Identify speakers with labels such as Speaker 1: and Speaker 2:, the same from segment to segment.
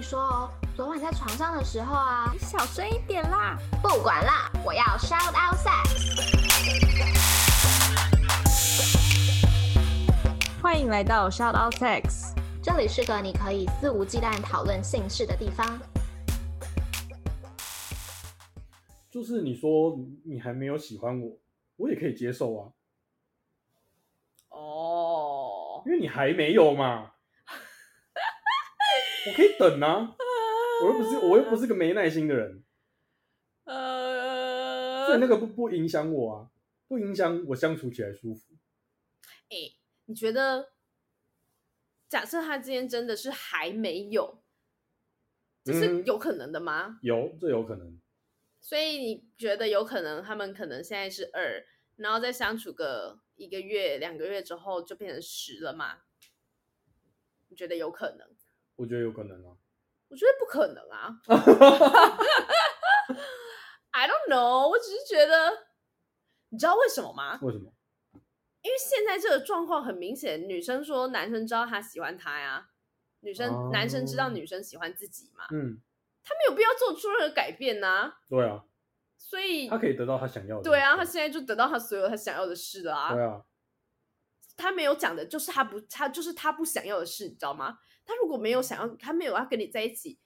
Speaker 1: 说哦，昨晚在床上的时候啊，
Speaker 2: 小声一点啦！
Speaker 1: 不管啦，我要 shout out sex。
Speaker 2: 欢迎来到 Shout Out Sex，
Speaker 1: 这里是个你可以肆无忌惮讨论性事的地方。
Speaker 3: 就是你说你还没有喜欢我，我也可以接受啊，
Speaker 2: 哦，
Speaker 3: 因为你还没有嘛，我可以等啊，我又不是我又不是个没耐心的人，
Speaker 2: 呃
Speaker 3: 所以那个不不影响我啊，不影响我相处起来舒服。
Speaker 2: 诶你觉得，假设他今天真的是还没有，这是
Speaker 3: 嗯
Speaker 2: 有可能的吗？
Speaker 3: 有，这有可能，
Speaker 2: 所以你觉得有可能他们可能现在是二，然后再相处个一个月、两个月之后就变成十了吗？你觉得有可能？
Speaker 3: 我觉得有可能啊。
Speaker 2: 我觉得不可能啊 ！I don't know，我只是觉得，你知道为什么吗？
Speaker 3: 为什么？
Speaker 2: 因为现在这个状况很明显，女生说男生知道她喜欢他呀，女生、男生知道
Speaker 3: 哦
Speaker 2: 女生喜欢自己嘛，
Speaker 3: 嗯，
Speaker 2: 他没有必要做出任何改变呐、
Speaker 3: 对啊，
Speaker 2: 所以
Speaker 3: 他可以得到他想要的。
Speaker 2: 对啊，他现在就得到他所有他想要的事了啊。
Speaker 3: 对啊，
Speaker 2: 他没有讲的就是他不，他就是他不想要的事，你知道吗？他如果没有想
Speaker 3: 嗯
Speaker 2: 要，他没有要跟你在一起，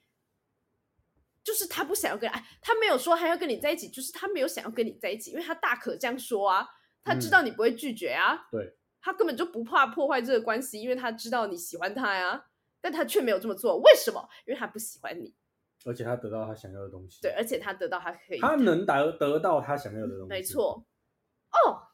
Speaker 2: 就是他不想要跟，哎，他没有说他要跟你在一起，就是他没有想要跟你在一起，因为他大可这样说啊，他知道你不会拒绝啊，
Speaker 3: 嗯对，
Speaker 2: 他根本就不怕破坏这个关系，因为他知道你喜欢他呀、但他却没有这么做，为什么？因为他不喜欢你，
Speaker 3: 而且他得到他想要的东西。
Speaker 2: 对，，而且他得到他可以，
Speaker 3: 他能得得到他想要的东西。
Speaker 2: 没，错，哦，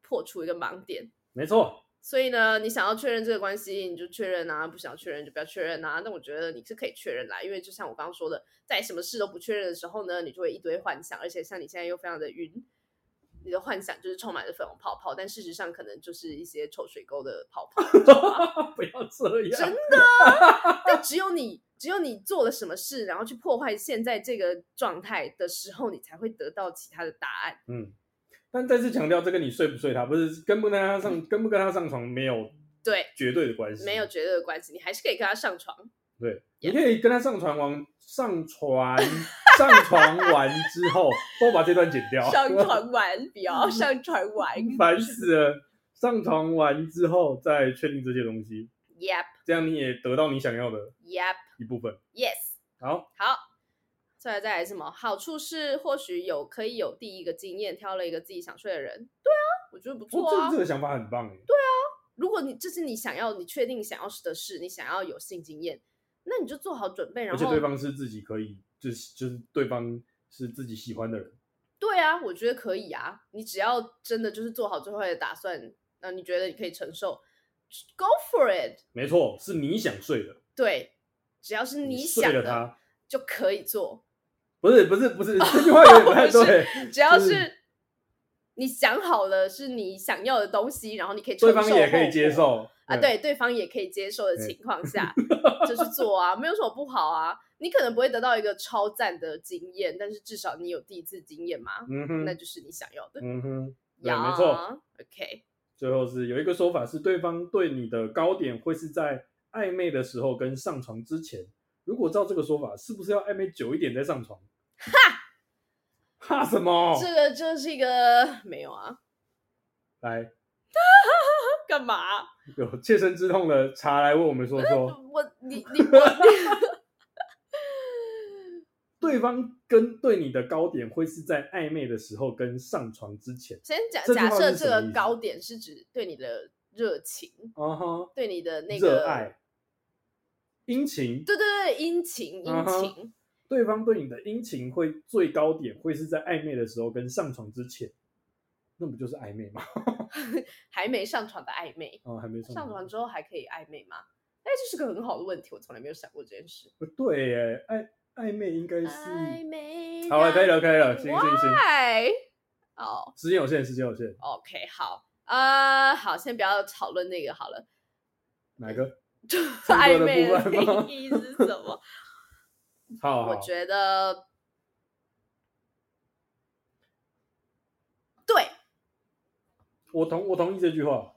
Speaker 2: 破除一个盲点，
Speaker 3: 没错。
Speaker 2: 所以呢，你想要确认这个关系，你就确认啊；不想要确认就不要确认啊。那我觉得你是可以确认啦，因为就像我刚刚说的，在什么事都不确认的时候呢，你就会一堆幻想，而且像你现在又非常的晕，你的幻想就是充满了粉红泡泡，但事实上可能就是一些臭水沟的泡泡。你知道吗
Speaker 3: 不要这样。
Speaker 2: 真的啊，但只有你只有你做了什么事，然后去破坏现在这个状态的时候，你才会得到其他的答案。
Speaker 3: 嗯，但再次强调，这跟你睡不睡他不是跟不跟他上跟不跟他上床没有
Speaker 2: 对，
Speaker 3: 绝对的关系，
Speaker 2: 嗯没有绝对的关系，你还是可以跟他上床。
Speaker 3: 对，你可以跟他上床完上床上床完之后，帮我把这段剪掉，
Speaker 2: 上传完，不要上传完。
Speaker 3: 烦死了。上床完之后再确定这些东西，
Speaker 2: Yep,
Speaker 3: 这样你也得到你想要的
Speaker 2: yep,
Speaker 3: 一部分。
Speaker 2: yes。
Speaker 3: 好，
Speaker 2: 好，再来再来什么？好处是或许有可以有第一个经验，挑了一个自己想睡的人。对啊，我觉得不错
Speaker 3: 哦
Speaker 2: 啊。
Speaker 3: 这这个想法很棒哎，
Speaker 2: 如果你这是你想要，你确定想要的事，你想要有性经验，那你就做好准备。然
Speaker 3: 而且
Speaker 2: 后
Speaker 3: 对方是自己可以，就是就是对方是自己喜欢的人，
Speaker 2: 对啊，我觉得可以啊。你只要真的就是做好最坏的打算，那你觉得你可以承受，Go for it。
Speaker 3: 没错，是你想睡的，
Speaker 2: 对，只要是
Speaker 3: 你
Speaker 2: 想
Speaker 3: 睡了
Speaker 2: 的
Speaker 3: 他，
Speaker 2: 就可以做。
Speaker 3: 不是不是不 是，这句话有点不太
Speaker 2: 哦不是
Speaker 3: 对。
Speaker 2: 只要
Speaker 3: 就是
Speaker 2: 是你想好了是你想要的东西，然后你可以承
Speaker 3: 对
Speaker 2: 受
Speaker 3: 方也可以
Speaker 2: 后
Speaker 3: 接
Speaker 2: 果
Speaker 3: 受
Speaker 2: 啊，，对，对方也可以接受的
Speaker 3: 对
Speaker 2: 情况下， 就去做啊，没有什么不好啊。你可能不会得到一个超赞的经验，但是至少你有第一次经验嘛，
Speaker 3: 嗯哼，
Speaker 2: 那就是你想要的。
Speaker 3: 嗯哼，对
Speaker 2: 呀
Speaker 3: 没错。
Speaker 2: OK，
Speaker 3: 最后是有一个说法是，对方对你的高点会是在暧昧的时候跟上床之前。如果照这个说法，是不是要暧昧久一点再上床？哈，哈什么？
Speaker 2: 这个就是一个没有啊，
Speaker 3: 来，
Speaker 2: 干嘛？
Speaker 3: 有切身之痛的茶来为我们说 说，
Speaker 2: 我你 你我
Speaker 3: 对方跟对你的高点会是在暧昧的时候跟上床之前。
Speaker 2: 先假
Speaker 3: 这句
Speaker 2: 假
Speaker 3: 话
Speaker 2: 设
Speaker 3: 是
Speaker 2: 这
Speaker 3: 什么
Speaker 2: 个
Speaker 3: 意思
Speaker 2: 高点是指对你的热情，
Speaker 3: 啊哈，
Speaker 2: 对你的那个
Speaker 3: 热爱、殷勤，
Speaker 2: 对对对，殷勤殷
Speaker 3: 嗯哼
Speaker 2: 勤，
Speaker 3: 对方对你的殷勤会最高点会是在暧昧的时候跟上床之前，那不就是暧昧吗？
Speaker 2: 还没上床的暧昧，
Speaker 3: 哦，还没上
Speaker 2: 上床之后还可以暧昧吗？哎，这是个很好的问题，我从来没有想过这件事。
Speaker 3: 不对耶，暧暧昧应该
Speaker 2: 暧
Speaker 3: 是
Speaker 2: 昧，啊
Speaker 3: 好了，可以了，可以了，行行行，
Speaker 2: Why？哦、
Speaker 3: 时间有限，时间有限，
Speaker 2: o k 好，呃，好，先不要讨论那个好了，
Speaker 3: 哪个？ 唱歌
Speaker 2: 暧
Speaker 3: 的
Speaker 2: 昧
Speaker 3: 部
Speaker 2: 的
Speaker 3: 分吗
Speaker 2: 定义是什么？
Speaker 3: 好好
Speaker 2: 嗯我，觉得，对，
Speaker 3: 我同我同意这句话，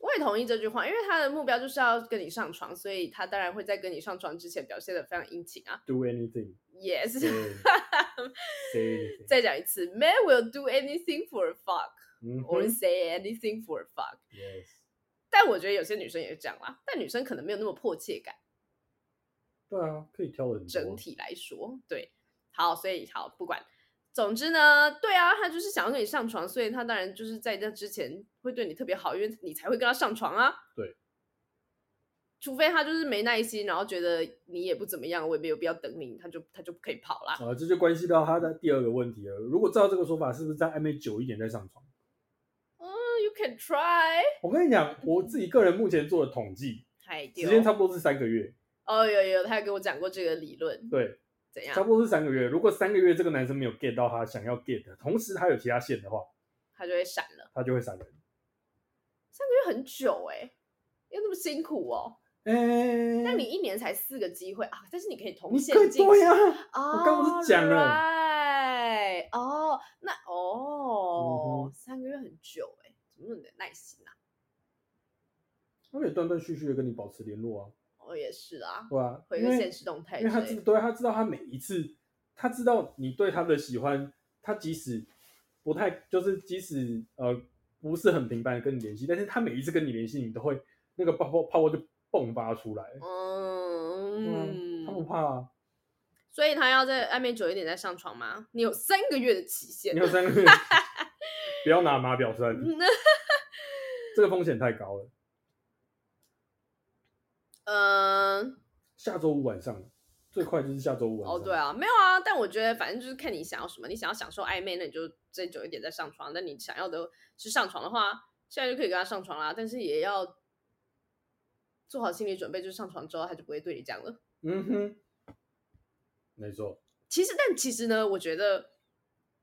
Speaker 2: 我也同意这句话，因为他的目标就是要跟你上床，所以他当然会在跟你上床之前表现的非常殷勤啊。
Speaker 3: Do anything，对
Speaker 2: Yes，
Speaker 3: say anything，
Speaker 2: 再讲一次，Man will do anything for a fuck，
Speaker 3: 嗯哼
Speaker 2: 我们 say anything for a fuck。
Speaker 3: ，yes，
Speaker 2: 但我觉得有些女生也是这样啦，但女生可能没有那么迫切感。
Speaker 3: 对啊，可以挑很多。
Speaker 2: 整体来说，对，好，所以好不管，总之呢，对啊，他就是想要跟你上床，所以他当然就是在那之前会对你特别好，因为你才会跟他上床啊。
Speaker 3: 对，
Speaker 2: 除非他就是没耐心，然后觉得你也不怎么样，我也没有必要等你，他就他就不可以跑啦。
Speaker 3: 啊，这就关系到他的第二个问题了。如果照这个说法，是不是在暧昧久一点再上床？
Speaker 2: 嗯、y o u can try，
Speaker 3: 我跟你讲，我自己个人目前做的统计，
Speaker 2: 嗨丢
Speaker 3: 时间差不多是三个月，
Speaker 2: 哦，有有，他有跟我讲过这个理论，
Speaker 3: 对，
Speaker 2: 怎
Speaker 3: 差
Speaker 2: 样，
Speaker 3: 不多是三个月。如果三个月这个男生没有 get 到他想要 get 的，同时他有其他线的话，
Speaker 2: 他就会闪了，
Speaker 3: 他就会闪人。
Speaker 2: 三个月很久哎、要那么辛苦哦？
Speaker 3: 哎、
Speaker 2: 那你一年才四个机会啊，但是你可以同
Speaker 3: 你
Speaker 2: 线
Speaker 3: 可以
Speaker 2: 进
Speaker 3: 对
Speaker 2: 行
Speaker 3: 呀、
Speaker 2: 哦，
Speaker 3: 我刚不是讲了
Speaker 2: ，right, 哦，那哦
Speaker 3: 嗯，哼
Speaker 2: 三个月很久哎、怎么那么有耐心啊？
Speaker 3: 他可以断断续续的跟你保持联络啊，
Speaker 2: 哦，也是啦，
Speaker 3: 对吧、
Speaker 2: 回
Speaker 3: 因
Speaker 2: 个
Speaker 3: 为
Speaker 2: 现实动态
Speaker 3: 因为
Speaker 2: 之
Speaker 3: 他
Speaker 2: 类
Speaker 3: 知
Speaker 2: 的。
Speaker 3: 对，他知道他每一次，他知道你对他的喜欢，他即使不太，就是即使呃不是很频繁的跟你联系，但是他每一次跟你联系，你都会那个泡泡泡泡就迸发出来。
Speaker 2: 嗯，
Speaker 3: 他不怕、啊，
Speaker 2: 所以他要在暧昧久一点再上床吗？你有三个月的期限
Speaker 3: 你。有三个月，不要拿马表算，
Speaker 2: 嗯
Speaker 3: 这个风险太高了。
Speaker 2: 嗯，
Speaker 3: 下周五晚上，最快就是下周五晚上。
Speaker 2: 哦，对啊，没有啊，但我觉得反正就是看你想要什么。你想要享受暧昧，那你就再久一点再上床。但你想要的是上床的话，现在就可以跟他上床啦。但是也要做好心理准备，就是上床之后他就不会对你这样了。
Speaker 3: 嗯哼，没错，
Speaker 2: 其实，但其实呢，我觉得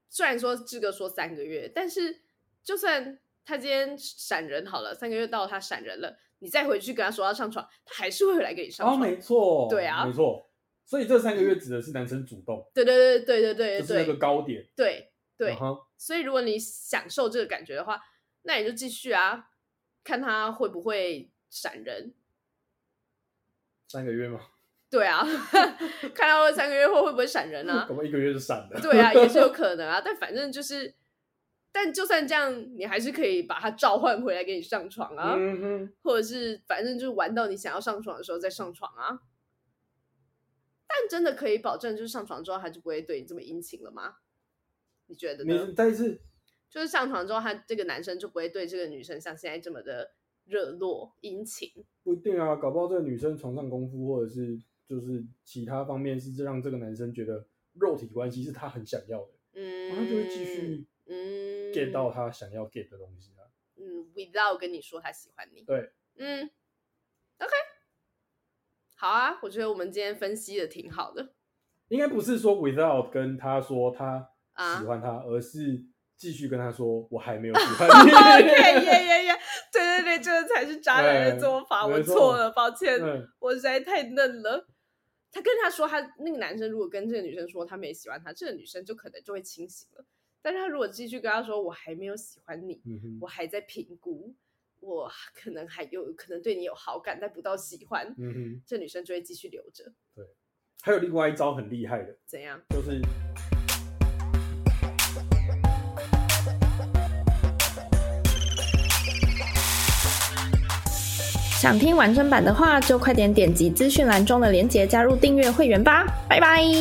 Speaker 2: 虽然说志哥说三个月，但是就算他今天闪人好了，三个月到了他闪人了，你再回去跟他说要上床，他还是会回来跟你上
Speaker 3: 哦，
Speaker 2: 床。
Speaker 3: 没错，
Speaker 2: 对啊
Speaker 3: 没错。所以这三个月指的是男生主动，
Speaker 2: 对对对对对对
Speaker 3: 就是那
Speaker 2: 对
Speaker 3: 个
Speaker 2: 对
Speaker 3: 高点。
Speaker 2: 对对
Speaker 3: 嗯哼
Speaker 2: 所以如果你享受这个感觉的话，那你就继续啊，看他会不会闪人。
Speaker 3: 三个月吗？
Speaker 2: 对啊， 看他会三个月后会不会闪 人啊？
Speaker 3: 搞不好一个月就散了。
Speaker 2: 对啊，也是有可能啊。但反正就是，但就算这样，你还是可以把他召唤回来给你上床啊，
Speaker 3: 嗯哼，
Speaker 2: 或者是反正就是玩到你想要上床的时候再上床啊。但真的可以保证，就是上床之后他就不会对你这么殷勤了吗？你觉得呢
Speaker 3: 你？但是
Speaker 2: 就是上床之后，他这个男生就不会对这个女生像现在这么的热络殷勤。
Speaker 3: 不一定啊，搞不好这个女生床上功夫或者是就是其他方面是让这个男生觉得肉体关系是他很想要的，
Speaker 2: 嗯，
Speaker 3: 然后他就会继续
Speaker 2: 嗯
Speaker 3: get 到他想要 get 的东西啊。
Speaker 2: 嗯，without 跟你说他喜欢你。
Speaker 3: 对，
Speaker 2: 嗯，OK，好啊，我觉得我们今天分析的挺好的
Speaker 3: 应该不是说 without 跟他说他喜
Speaker 2: 啊。
Speaker 3: 欢他，而是继续跟他说我还没有喜 欢你。
Speaker 2: OK，耶耶耶，对对对，这个才是渣男的
Speaker 3: 对
Speaker 2: 做法，我
Speaker 3: 没错
Speaker 2: 错了，抱歉，
Speaker 3: 嗯，
Speaker 2: 我实在太嫩了。他跟他说他，那个男生如果跟这个女生说他没喜欢他，这个女生就可能就会清醒了。但是他如果继续跟他说我还没有喜欢你，
Speaker 3: 嗯哼
Speaker 2: 我还在评估，我可能还有可能对你有好感，但不到喜欢，
Speaker 3: 嗯哼，
Speaker 2: 这女生就会继续留着。
Speaker 3: 还有另外一招很厉害的，
Speaker 2: 怎样？
Speaker 3: 就是
Speaker 4: 想听完整版的话，就快点点击资讯栏中的链接加入订阅会员吧，拜拜。